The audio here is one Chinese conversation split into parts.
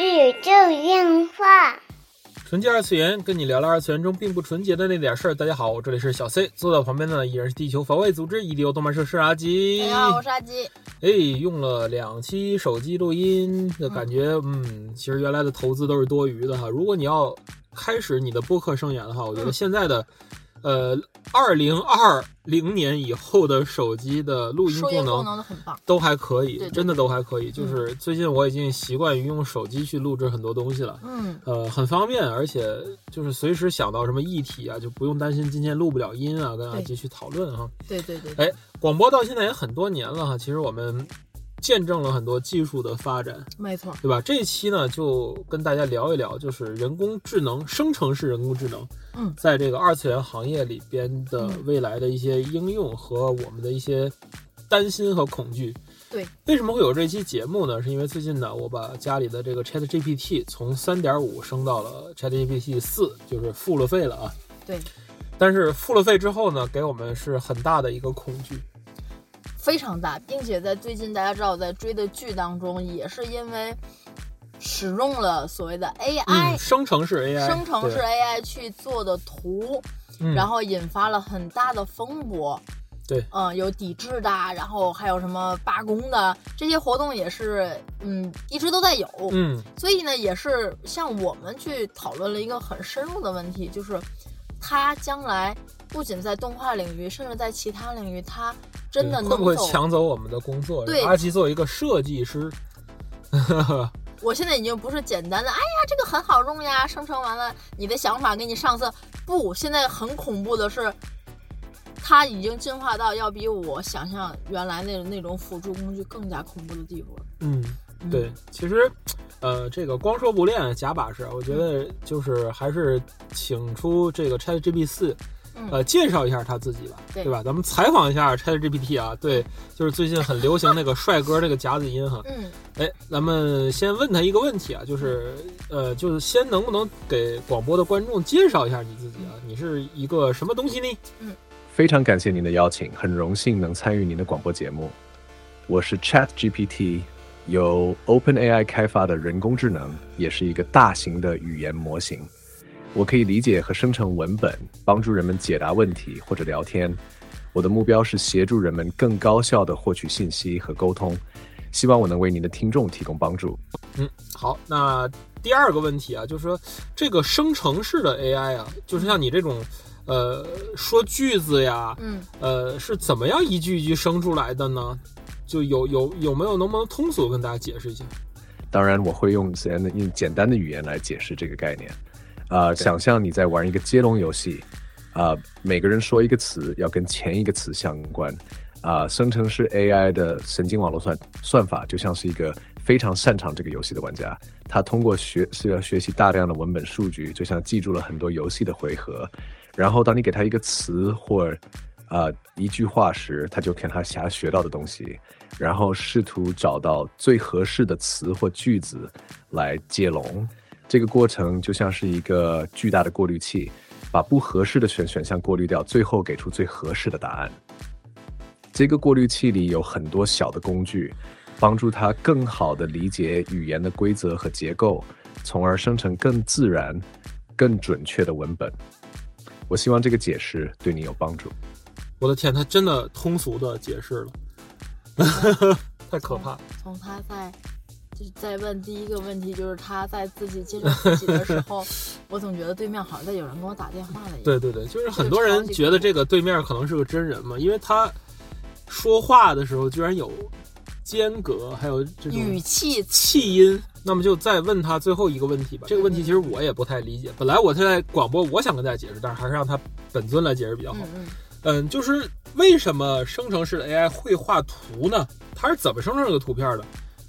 宇宙电话。纯洁二次元，跟你聊聊二次元中并不纯洁的那点事儿。大家好，我这里是小 C，坐在我旁边呢依然是地球防卫组织 EDO 动漫社社阿吉。大家啊好，我是阿基。哎，用了两期手机录音的感觉，嗯，其实原来的投资都是多余的哈。如果你要开始你的播客生涯的话，我觉嗯得现在的，呃，二零二零年以后的手机的录音收功音能功能都很棒，都还可以，对对嗯真的都还可以。就是最近我已经习惯于用手机去录制很多东西了，嗯，呃，很方便，而且就是随时想到什么议题啊，就不用担心今天录不了音啊，跟阿对吉去讨论哈。对对对，哎广播到现在也很多年了哈，其实我们见证了很多技术的发展，没错，对吧？这一期呢，就跟大家聊一聊，就是人工智能生成式人工智能，嗯在这个二次元行业里边的嗯未来的一些应用和我们的一些担心和恐惧。对，为什么会有这期节目呢？是因为最近呢，我把家里的这个 Chat GPT 从三点五升到了 Chat GPT 四，就是付了费了啊。对，但是付了费之后呢，给我们是很大的一个恐嗯惧。非常大，并且在最近大家知道我在追的剧当中，也是因为使用了所谓的 AI、嗯，生成式 AI，生成式对 AI 去做的图，嗯、然后引发了很大的风波。对嗯，有抵制的，然后还有什么罢工的，这些活动也是，嗯，一直都在有。嗯，所以呢，也是像我们去讨论了一个很深入的问题，就是它将来不仅在动画领域，甚至在其他领域，它真的对能会不会走。抢走我们的工作？对阿吉作为一个设计师，我现在已经不是简单的，哎呀，这个很好用呀，生成完了你的想法给你上色。不，现在很恐怖的是，它已经进化到要比我想象原来那那种辅助工具更加恐怖的地步了。嗯，嗯对，，其实，呃，这个光说不练假把式啊，我觉得就是还是请出这个 ChatGPT 四，嗯呃，介绍一下他自己吧，对吧？咱们采访一下 ChatGPT 啊，对，就是最近很流行那个帅哥那个夹子 音哈，嗯，哎，咱们先问他一个问题啊，就是，呃，就是先能不能给广播的观众介绍一下你自己啊？你是一个什么东西呢？非常感谢您的邀请，很荣幸能参与您的广播节目。我是 Chat GPT，由 OpenAI 开发的人工智能，也是一个大型的语言模型。我可以理解和生成文本，帮助人们解答问题或者聊天。我的目标是协助人们更高效地获取信息和沟通，希望我能为您的听众提供帮助。好，那第二个问题啊，就是说这个生成式的 AI 啊，就是像你这种，呃，说句子呀，嗯，呃，是怎么样一句一句生出来的呢？就有有有没有能不能通俗跟大家解释一下？当然，我会用简单的用简单的语言来解释这个概念。呃，想象你在玩一个接龙游戏，啊、每个人说一个词，要跟前一个词相关。啊、生成式 AI 的神经网络算算法就像是一个非常擅长这个游戏的玩家，他通过学是要学习大量的文本数据，就像记住了很多游戏的回合。然后，当你给他一个词或啊、一句话时，他就看他想要学到的东西，然后试图找到最合适的词或句子来接龙。这个过程就像是一个巨大的过滤器，把不合适的选选项过滤掉，最后给出最合适的答案。这个过滤器里有很多小的工具，帮助它更好地理解语言的规则和结构，从而生成更自然、更准确的文本。我希望这个解释对你有帮助。我的天，他真的通俗的解释了，太可怕了。 从他在就是在问第一个问题，就是他在自己介绍自己的时 候，我总觉得对面好像在有人跟我打电话了一样。对对对，就是很个多超人级觉得酷这个对面可能是个真人嘛，因为他说话的时候居然有间隔，还有这种语气气音。那么就再问他最后一个问题吧。这个问题其实我也不太理解。本来我是在广播，我想跟大家解释，但是还是让他本尊来解释比较好嗯。嗯，嗯，就是为什么生成式的 AI 会画图呢？它是怎么生成这个图片的？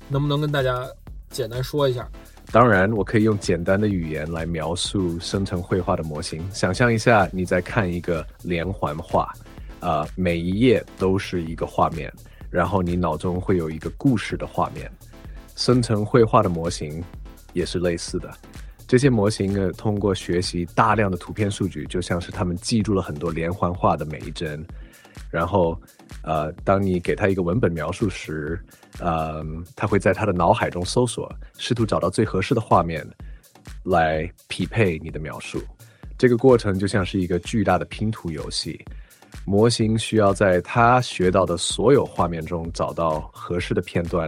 能不能跟大家简单说一下？当然，我可以用简单的语言来描述生成绘画的模型。想象一下，你在看一个连环画，呃，每一页都是一个画面，然后你脑中会有一个故事的画面。生成绘画的模型也是类似的。这些模型呃，通过学习大量的图片数据，就像是他们记住了很多连环画的每一帧，然后，呃，当你给他一个文本描述时，呃，他会在他的脑海中搜索，试图找到最合适的画面来匹配你的描述。这个过程就像是一个巨大的拼图游戏，模型需要在他学到的所有画面中找到合适的片段，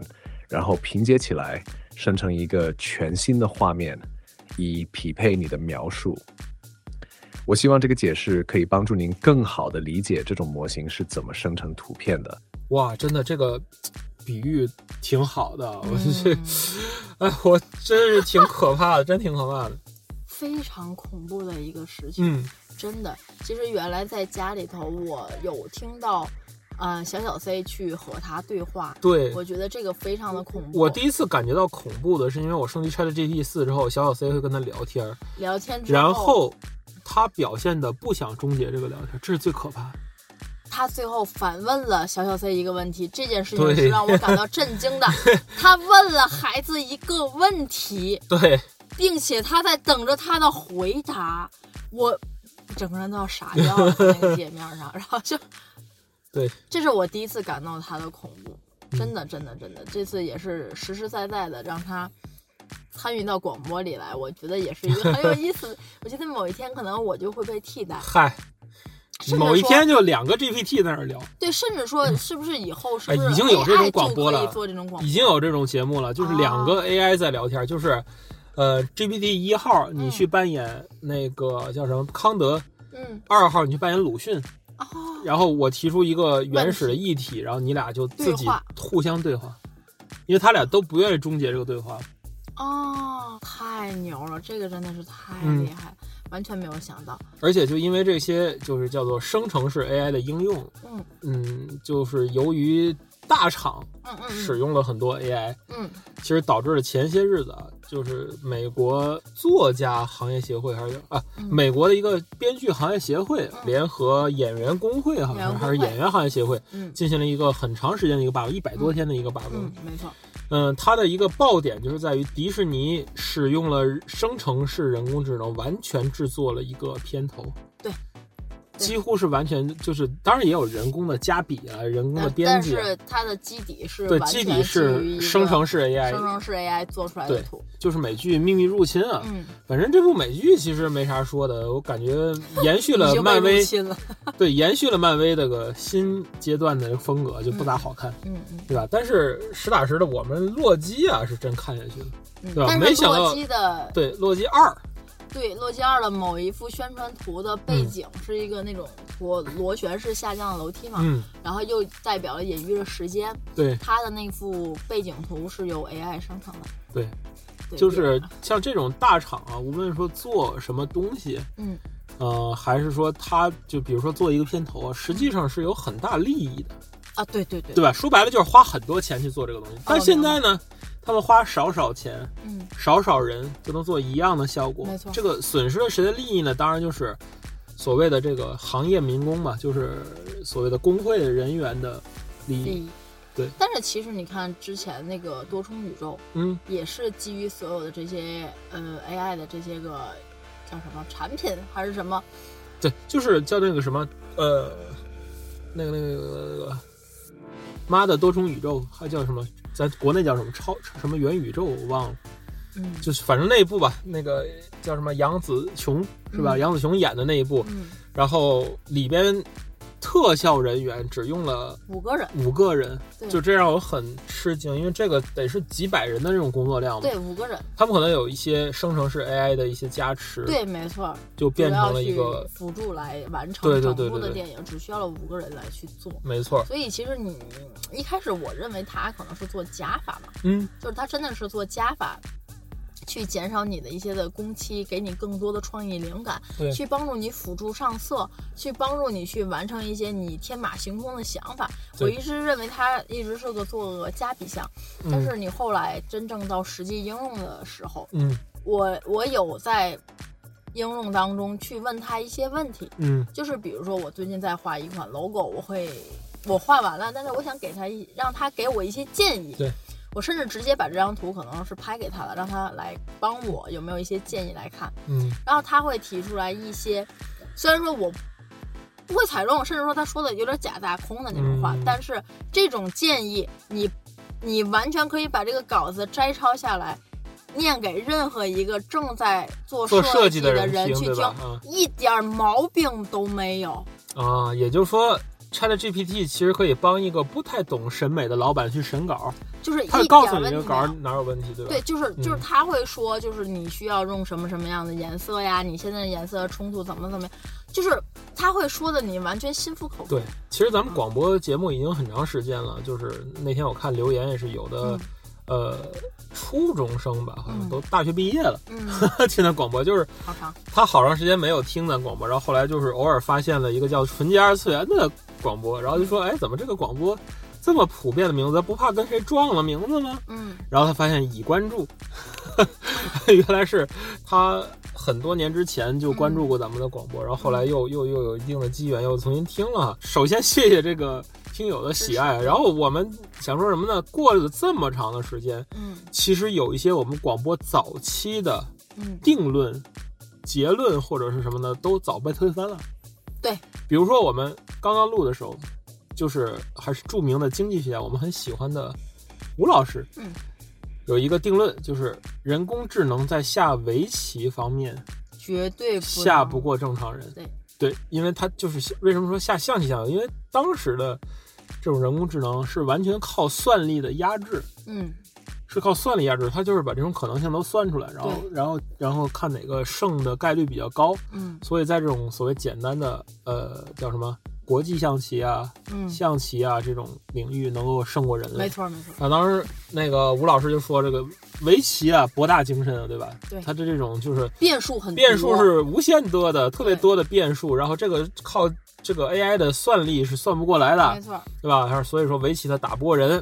然后拼接起来，生成一个全新的画面，以匹配你的描述。我希望这个解释可以帮助您更好的理解这种模型是怎么生成图片的。哇，真的这个比喻挺好的，我嗯这， 哎，我真是挺可怕 的，真挺可怕的。非常恐怖的一个事情，嗯真的。其实原来在家里头，我有听到，呃，小小 C 去和他对话，，对，我觉得这个非常的恐怖。我第一次感觉到恐怖的是，因为我升级 ChatGPT 四之后，小小 C 会跟他聊天儿，聊天之然后他表现的不想终结这个聊天，这是最可怕的。他最后反问了小小 C 一个问题，这件事情对是让我感到震惊 的。他问了孩子一个问题，对，并且他在等着他的回答，我整个人都要傻掉了在那个界面上，然后就对，嗯这是我第一次感到他的恐怖，真的，真的，真的，这次也是实实在在的让他参与到广播里来，我觉得也是一个很有 意思的。我觉得某一天可能我就会被替代，嗨，甚至某一说天就两个 GPT 在那儿聊，对，甚至说是不是以后是哎不是已经有这种 AI 广播就可了以做这种广播已经有这种节目了，就是两个 AI 在聊天，就是。呃，GPT 一号你去扮演那个叫什么康德，嗯二号你去扮演鲁迅，哦，然后我提出一个原始的议题，然后你俩就自己对话互相对话，因为他俩都不愿意终结这个对话。哦，太牛了，这个真的是太嗯厉害了，完全没有想到，而且就因为这些，就是叫做生成式 AI 的应用，嗯嗯，就是由于大厂嗯嗯嗯使用了很多 AI，嗯其实导致了前些日子啊，就是美国作家行业协会还是啊，嗯美国的一个编剧行业协会嗯联合演员工会啊好演员像工还是会演员行业协会嗯进行了一个很长时间的一个罢工，一百多天的一个罢工嗯。，没错，嗯，它的一个爆点就是在于迪士尼使用了生成式人工智能，完全制作了一个片头。对对几乎是完全就是，当然也有人工的加笔啊，人工的但编但辑啊，是它的基底是对，完基全底基于一是个生成式 AI，生成式 AI 做出来的对图，就是美剧《秘密入侵》啊。嗯，反正这部美剧其实没啥说的，我感 觉延续了已经被漫入威，侵了，对，延续了漫威这个新阶段的风格，就不咋好看，嗯嗯。对吧？但是实打实的，我们洛基啊是真看下去了。嗯对吧但没是想洛到基的对，《洛基二》对洛基二的某一幅宣传图的背景是一个那种螺螺旋式下降的楼梯嘛，嗯，然后又代表了隐喻了时间。对它的那幅背景图是由 AI 生成的，对，对就是像这种大厂啊，无论说做什么东西，嗯，呃，还是说它就比如说做一个片头啊，实际上是有很大利益的，啊，对对对，对吧？说白了就是花很多钱去做这个东西，哦但现在呢，他们花少少钱，嗯少少人就能做一样的效果，没错这个损失了谁的利益呢？当然就是所谓的这个行业民工嘛，就是所谓的工会人员的利利益。益。嗯对，但是其实你看之前那个多重宇宙，嗯，也是基于所有的这些呃 AI 的这些个叫什么产品还是什么，对，就是叫那个什么，呃，那个那个那个那个，妈的多重宇宙，还叫什么？咱国内叫什么超什么元宇宙，我忘了。嗯就是反正那一部吧，那个叫什么杨紫琼是吧？嗯杨紫琼演的那一部，嗯，然后里边特效人员只用了五个人，五个人对，就这让我很吃惊，因为这个得是几百人的这种工作量嘛。对，五个人，他们可能有一些生成式 AI 的一些加持，对，没错，就变主要成了一去个辅助来完对成对整对部对的对电影，只需要了五个人来去做。没错，所以其实你一开始我认为他可能是做加法嘛，嗯，就是他真的是做加法，去减少你的一些的工期，给你更多的创意灵感，对去帮助你辅助上色，去帮助你去完成一些你天马行空的想法。我对一直认为他一直是个做个加比项，但嗯是你后来真正到实际应用的时候，嗯我我有在应用当中去问他一些问题，嗯就是比如说我最近在画一款 logo，我会我画完了，但是我想给他一让他给我一些建议。对，我甚至直接把这张图可能是拍给他了，让他来帮我有没有一些建议来看。嗯然后他会提出来一些，虽然说我不会采用，甚至说他说的有点假大空的那种话。嗯但是这种建议，你你完全可以把这个稿子摘抄下来，念给任何一个正在做做设计计的的人听去对听吧，嗯一点儿毛病都没有。啊，也就是说，ChatGPT 其实可以帮一个不太懂审美的老板去审稿，就是一他点告诉儿你问这个题没稿有。哪有问题，对吧？对，就是就是嗯他会说，就是你需要用什么什么样的颜色呀，你现在的颜色冲突怎么怎么样，就是他会说的你完全心服口服。对，其实咱们广播节目已经很长时间了，就是那天我看留言也是有的，呃，初中生吧，好像嗯都大学毕业了， 嗯，听咱广播，就是好长。他好长时间没有听咱广播，然后后来就是偶尔发现了一个叫“纯洁二次元”的广播，然后就说：“哎，怎么这个广播这么普遍的名字，不怕跟谁撞了名字吗嗯，？”然后他发现已关注， 原来是他很多年之前就关注过咱们的广播，然后后来又又又有一定的机缘又重新听了。首先谢谢这个听友的喜爱，然后我们想说什么呢？过了这么长的时间，嗯其实有一些我们广播早期的嗯定论、结论或者是什么呢，都早被推翻了。对，比如说我们刚刚录的时候，就是还是著名的经济学家，我们很喜欢的吴老师，嗯，有一个定论，就是人工智能在下围棋方面绝对不下能不过正常人。对对，因为他就是为什么说下象棋下，因为当时的这种人工智能是完全靠算力的压制。嗯是靠算力压制，它就是把这种可能性都算出来，然后对然后然后看哪个胜的概率比较高。嗯所以在这种所谓简单的呃叫什么国际象棋啊、嗯，象棋啊这种领域，能够胜过人没类。错没错，啊，当时那个吴老师就说这个围棋啊，博大精深啊，对吧？对他的这种就是变数很多变数是无限多的，特别对多的变数，然后这个靠这个 AI 的算力是算不过来的。没错，对吧？然后所以说围棋它打不过人，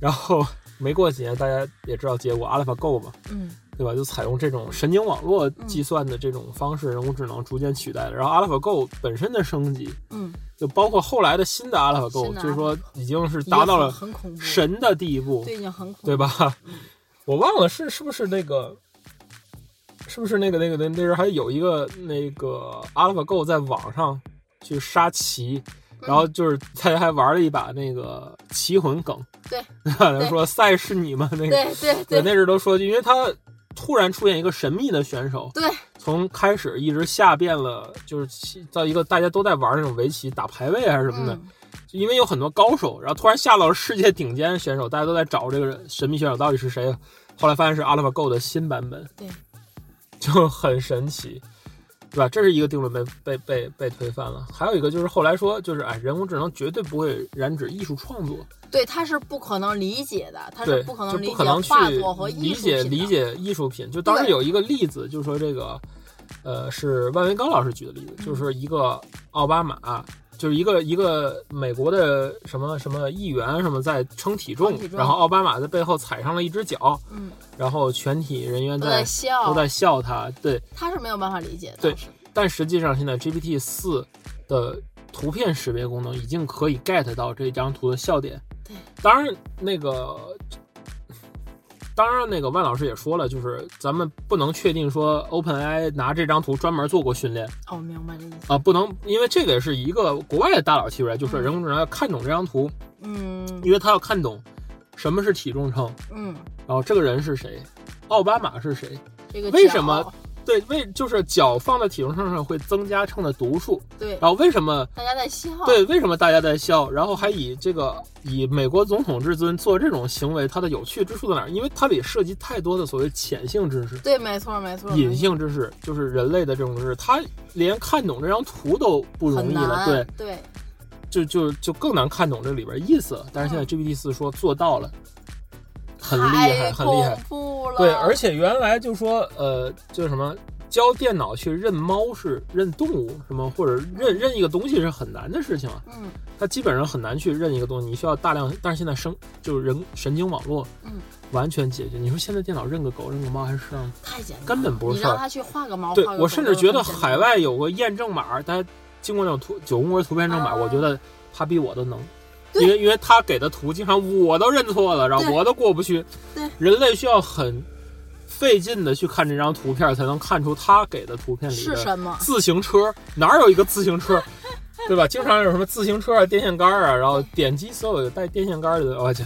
然后没过几年，大家也知道结果，AlphaGo 嘛，嗯对吧？就采用这种神经网络计算的这种方式，人工智能逐渐取代了。然后 AlphaGo 本身的升级，嗯，就包括后来的新的 AlphaGo，新的就是说已经是已经达到很了很恐怖，神的地步，对已经很恐怖，对？吧？ 我忘了是是不是那个。是不是那个那个那那人还有一个那个 AlphaGo 在网上去杀棋，然嗯后就是大家还玩了一把那个棋魂梗， 对，说赛是你吗？那个对对对，对那时候都说，因为他突然出现一个神秘的选手，对，从开始一直下遍了，就是棋到一个大家都在玩那种围棋、打排位啊还是什么的，嗯就因为有很多高手，然后突然下到了世界顶尖选手，大家都在找这个神秘选手到底是谁。后来发现是 AlphaGo 的新版本，对，就很神奇，对吧？这是一个定论被被被被推翻了。还有一个就是后来说，就是哎，人工智能绝对不会染指艺术创作，对，他是不可能理解的，他对，是就可能理不解可能去画作和艺理术解品理的，解艺术品。就当时对有一个例子，就说这个，呃，是万维刚老师举的例子，就是嗯一个奥巴马，就是一个一个美国的什么什么议员什么在称体重称体，重然后奥巴马在背后踩上了一只脚，嗯，然后全体人员都在在笑都，在笑他，对。他是没有办法理解的，对当时，但实际上，现在 GPT 四的图片识别功能已经可以 get 到这张图的笑点。对，当然那个，当然那个万老师也说了，就是咱们不能确定说 OpenAI 拿这张图专门做过训练哦，明白这意思，啊，不能，因为这个也是一个国外的大佬提出来，就是人工智能要看懂这张图，嗯因为他要看懂什么是体重秤，嗯，然后这个人是谁，奥巴马是谁，这个为脚什么对，为就是脚放在体重秤上会增加秤的读数。对然后为什么？大家在笑？对，为什么大家在笑？然后还以这个以美国总统之尊做这种行为，它的有趣之处在哪儿？因为它里涉及太多的所谓潜性知识、对，没错没错，没隐错性知识，就是人类的这种知识，他连看懂这张图都不容很易了。难，对，对就就就更难看懂这里边意思了。但是现在嗯 GPT 四说做到了，很厉害，太很厉害恐。怖了，对，而且原来就说呃，就是什么教电脑去认猫是认动物什么，或者认认一个东西是很难的事情啊。嗯它基本上很难去认一个东西，你需要大量，但是现在生就是人神经网络，嗯，完全解决。你说现在电脑认个狗、认个猫还是让太简单了，根本不是你事儿让他去画个毛，对画个我狗甚至觉都得很简单海外有个验证码，大家经过那种图九宫格图片证码，啊我觉得他比我都能，对因为因为他给的图经常我都认错了，然后对我都过不去。对，人类需要很费劲的去看这张图片，才能看出他给的图片里是的什么？自行车，哪有一个自行车？ 对吧？经常有什么自行车啊、电线杆啊，然后点击所有有带电线杆的，我去，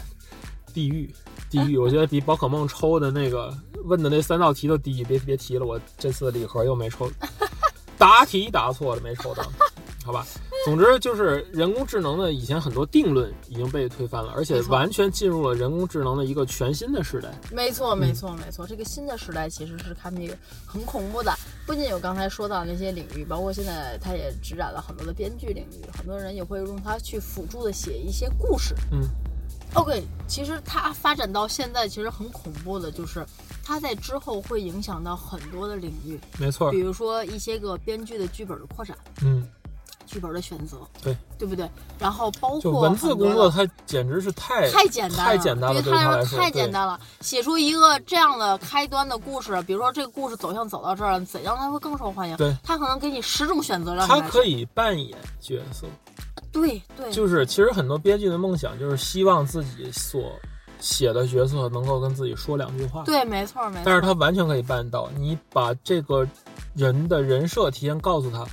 地狱，地狱！我觉得比宝可梦抽的那个问的那三道题都低，别别提了，我这次礼盒又没抽， 答题答错了，没抽到，好吧。总之就是人工智能的以前很多定论已经被推翻了，而且没错完全进入了人工智能的一个全新的时代。没错，嗯没错，没错。这个新的时代其实是堪比很恐怖的，不仅有刚才说到的那些领域，包括现在它也执掌了很多的编剧领域，很多人也会用它去辅助的写一些故事。嗯，OK，其实它发展到现在其实很恐怖的，就是它在之后会影响到很多的领域，没错比，如说一些个编剧的剧本的扩展、嗯，剧本的选择，对对不对？然后包就括文字很工多的作它简直是太太简单了，太简单了，对对他他来来说说太简。单了。写出一个这样的开端的故事，比如说这个故事走向走到这儿了，怎样才会更受欢迎？对他可能给你十种选择对让你他来可选，以扮演角色，对对，就是其实很多编剧的梦想就是希望自己所写的角色能够跟自己说两句话，对，没错没错。但是他完全可以办到。你把这个人的人设提前告诉他，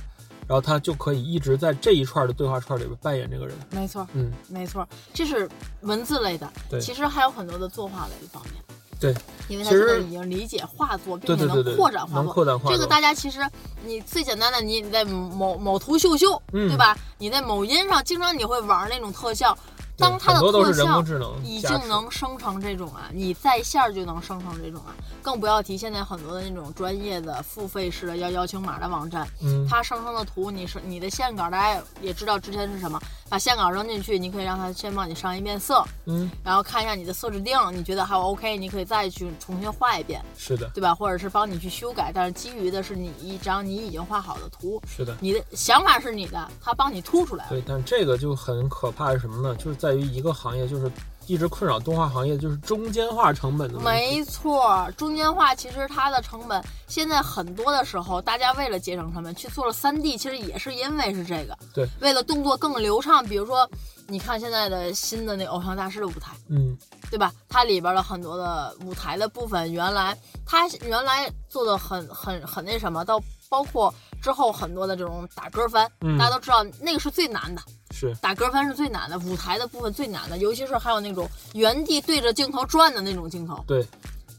然后他就可以一直在这一串的对话串里边扮演这个人。没错，嗯，没错，这是文字类的，对其实还有很多的作画类的方面。对，因为其他现在实已经理解画作，对并且对对能对，扩展画能作。扩展画作，这个大家其实，你最简单的，你你在某某图秀秀，嗯对吧？你在某音上经常你会玩那种特效，对当它很的多都特是人效工智能已加持经能生成这种啊，你在线儿就能生成这种啊，更不要提现在很多的那种专业的付费式的要邀请码的网站，嗯，它生成的图，你是你的线稿，大家也知道之前是什么，把线稿扔进去，你可以让它先帮你上一遍色，嗯，然后看一下你的色指定，你觉得还 OK，你可以再去重新画一遍，是的，对吧？或者是帮你去修改，但是基于的是你一张你已经画好的图，是的。你的想法是你的，它帮你凸出来了。对，但这个就很可怕是什么呢？就是在于一个行业，就是一直困扰动画行业，就是中间化成本的问题。没错，中间化其实它的成本，现在很多的时候，大家为了节省成本去做了三 D，其实也是因为是这个，对，为了动作更流畅。比如说，你看现在的新的那偶像大师的舞台，嗯，对吧？它里边的很多的舞台的部分，原来它原来做的很很很那什么，到包括之后很多的这种打歌番，嗯大家都知道那个是最难的，是打歌番是最难的，舞台的部分最难的，尤其是还有那种原地对着镜头转的那种镜头，对，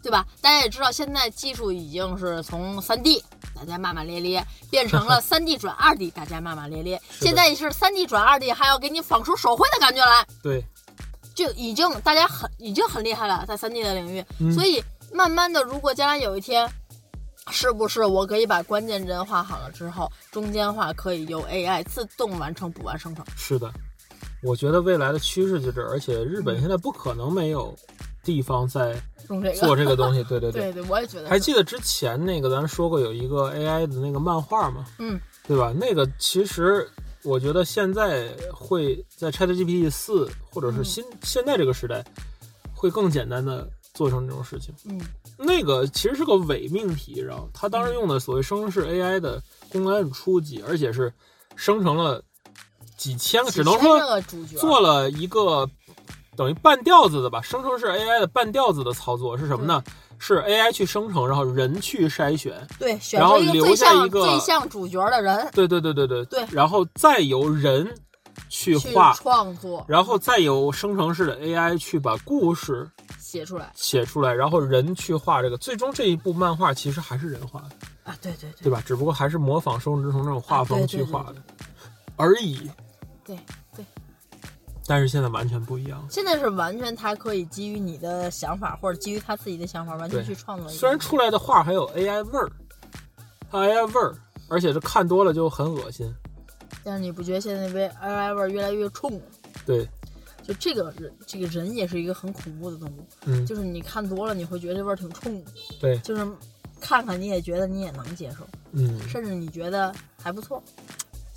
对吧？大家也知道，现在技术已经是从三 D，大家骂骂咧咧，变成了三 D 转二 D，大家骂骂咧咧。是的现在是三 D 转二 D，还要给你仿出手绘的感觉来，对，就已经大家很已经很厉害了，在三 D 的领域。嗯所以慢慢的，如果将来有一天，是不是我可以把关键帧画好了之后，中间画可以由 AI 自动完成补完生成？是的。我觉得未来的趋势就这，而且日嗯本现在不可能没有地方在用这做个？这个东西。对 对对对，我也觉得还是。记得之前那个咱说过有一个 AI 的那个漫画吗？嗯，对吧？那个其实我觉得现在会在 ChatGPT 四或嗯者是新、现在这个时代，会更简单的做成这种事情。嗯，那个其实是个伪命题，然后他当时用的所谓生成式 AI 的功能很初级，而且是生成了几千个，只能这说个主角做了一个等于半吊子的吧，生成式 AI 的半吊子的操作是什么呢？是 AI 去生成，然后人去筛选，对，选然后出一个留最下像一个最像主角的人对对对对对对然后再由人去去画，创作然后再由生成式的 AI 去把故事写出来写出来，然后人去画这个，最终这一部漫画其实还是人画的，啊，对对对对吧？只不过还是模仿《生之虫》这种画啊风对去画的而已。对对，但是现在完全不一样了。现在是完全他可以基于你的想法或者基于他自己的想法完对全去创作一个。虽然出来的画还有 AI 味儿，它 AI 味儿，而且这看多了就很恶心。但是你不觉得现在被 AI 味儿越来越冲？对，就这个人，这个人也是一个很恐怖的动物，嗯，就是你看多了，你会觉得这味儿挺冲，对，就是看看你也觉得你也能接受，嗯，甚至你觉得还不错。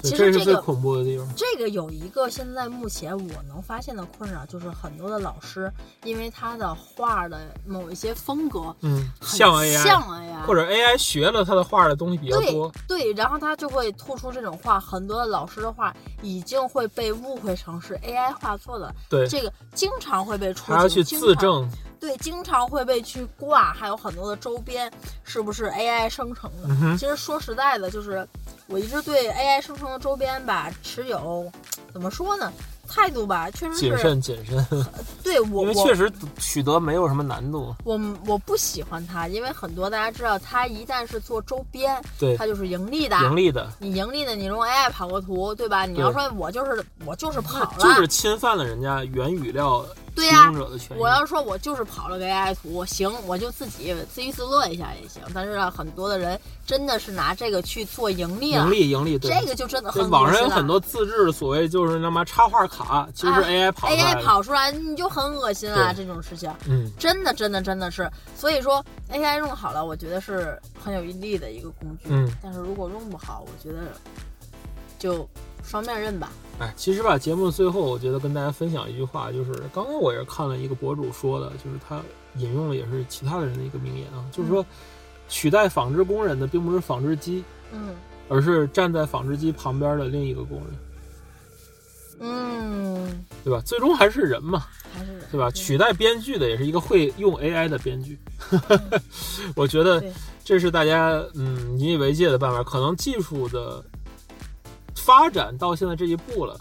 对其这实是这最个恐怖的地方。这个有一个现在目前我能发现的困扰，就是很多的老师因为他的画的某一些风格嗯，很像 AI，像 AI 或者 AI 学了他的画的东西比较对多。对，然后他就会突出这种画，很多的老师的画已经会被误会成是 AI 画作的，对，这个经常会被出还要去镜自，经常证。对，经常会被去挂，还有很多的周边是不是 AI 生成的？嗯哼，其实说实在的，就是我一直对 AI 生成的周边吧持有怎么说呢态度吧，确实谨是慎谨慎，对 我因为我确实取得没有什么难度。我我不喜欢它，因为很多大家知道，它一旦是做周边，对它，就是盈利的。盈利的你盈利的，你用 AI 跑个图，对吧？你对要说我就是我就是跑了，就是侵犯了人家原语料对提呀、供者的权益。我要说我就是跑了个 AI 图，行，我就自己自娱自乐一下也行。但是呢，很多的人真的是拿这个去做盈利了，盈利盈利，对。这个就真的对很网恶上心有了很多自制，所谓就是他妈插画卡，其实是啊 AI 跑出来 AI 的。跑出来，你就很恶心啊！对这种事情嗯，真的真的真的是，所以说 AI 用好了，我觉得是很有利的一个工具。嗯但是如果用不好，我觉得就双面刃吧。哎，其实吧，节目最后我觉得跟大家分享一句话，就是刚刚我也是看了一个博主说的，就是他引用了也是其他的人的一个名言啊，就是说，取代纺织工人的并不是纺织机，嗯而是站在纺织机旁边的另一个工人，嗯，对吧？最终还是人嘛，还是对吧？对取代编剧的也是一个会用 AI 的编剧， 我觉得对这是大家嗯引以为戒的办法。可能技术的发展到现在这一步了，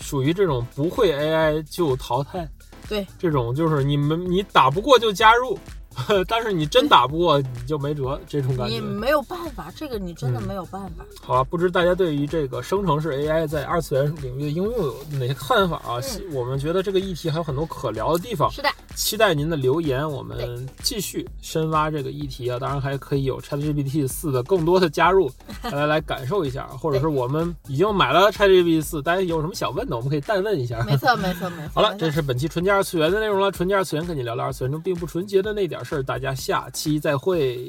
属于这种不会 AI 就淘汰，对这种就是你们你打不过就加入， 但是你真打不过你就没辙，这种感你觉。没有办法，这个你真的嗯没有办法。好吧，不知大家对于这个生成式 AI 在二次元领域的应用有哪些看法啊？嗯我们觉得这个议题还有很多可聊的地方。是的，期待您的留言，我们继续深挖这个议题啊。当然还可以有 ChatGPT 四的更多的加 入，大家来感受一下，啊或者是我们已经买了 ChatGPT 四，大家有什么想问的，我们可以代问一下。没错没错没错。好了，没错这是本期纯洁二次元的内容了。纯洁二次元跟你聊聊二次元中并不纯洁的那点事儿，大家下期再会。